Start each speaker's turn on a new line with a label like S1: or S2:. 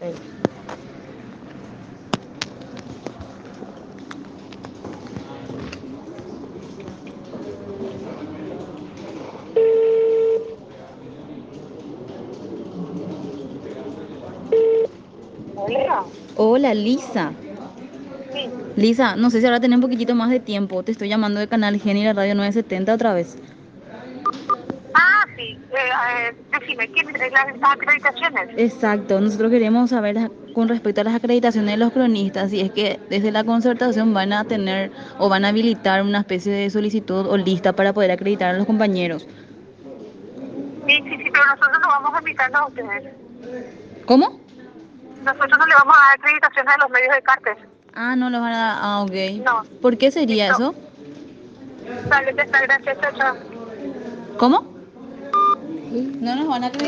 S1: seis
S2: Hola.
S1: Hola, Lisa.
S2: Sí.
S1: Lisa, no sé si ahora tenés un poquitito más de tiempo. Te estoy llamando de Canal Gen y la Radio 970 otra vez.
S2: Ah, sí. Eh, eh, decime, ¿quién es las, las acreditaciones?
S1: Exacto, nosotros queremos saber las- con respecto a las acreditaciones de los cronistas, si es que desde la concertación van a tener o van a habilitar una especie de solicitud o lista para poder acreditar a los compañeros.
S2: Sí, sí, sí, pero nosotros no vamos a invitarnos a ustedes.
S1: ¿Cómo?
S2: Nosotros no le vamos a dar acreditaciones a los medios de cartes.
S1: Ah, no los van a dar. Ah, ok.
S2: No.
S1: ¿Por qué sería
S2: No.
S1: eso?
S2: Dale, está, gracias, chao, chao.
S1: ¿Cómo? No nos van a acreditar.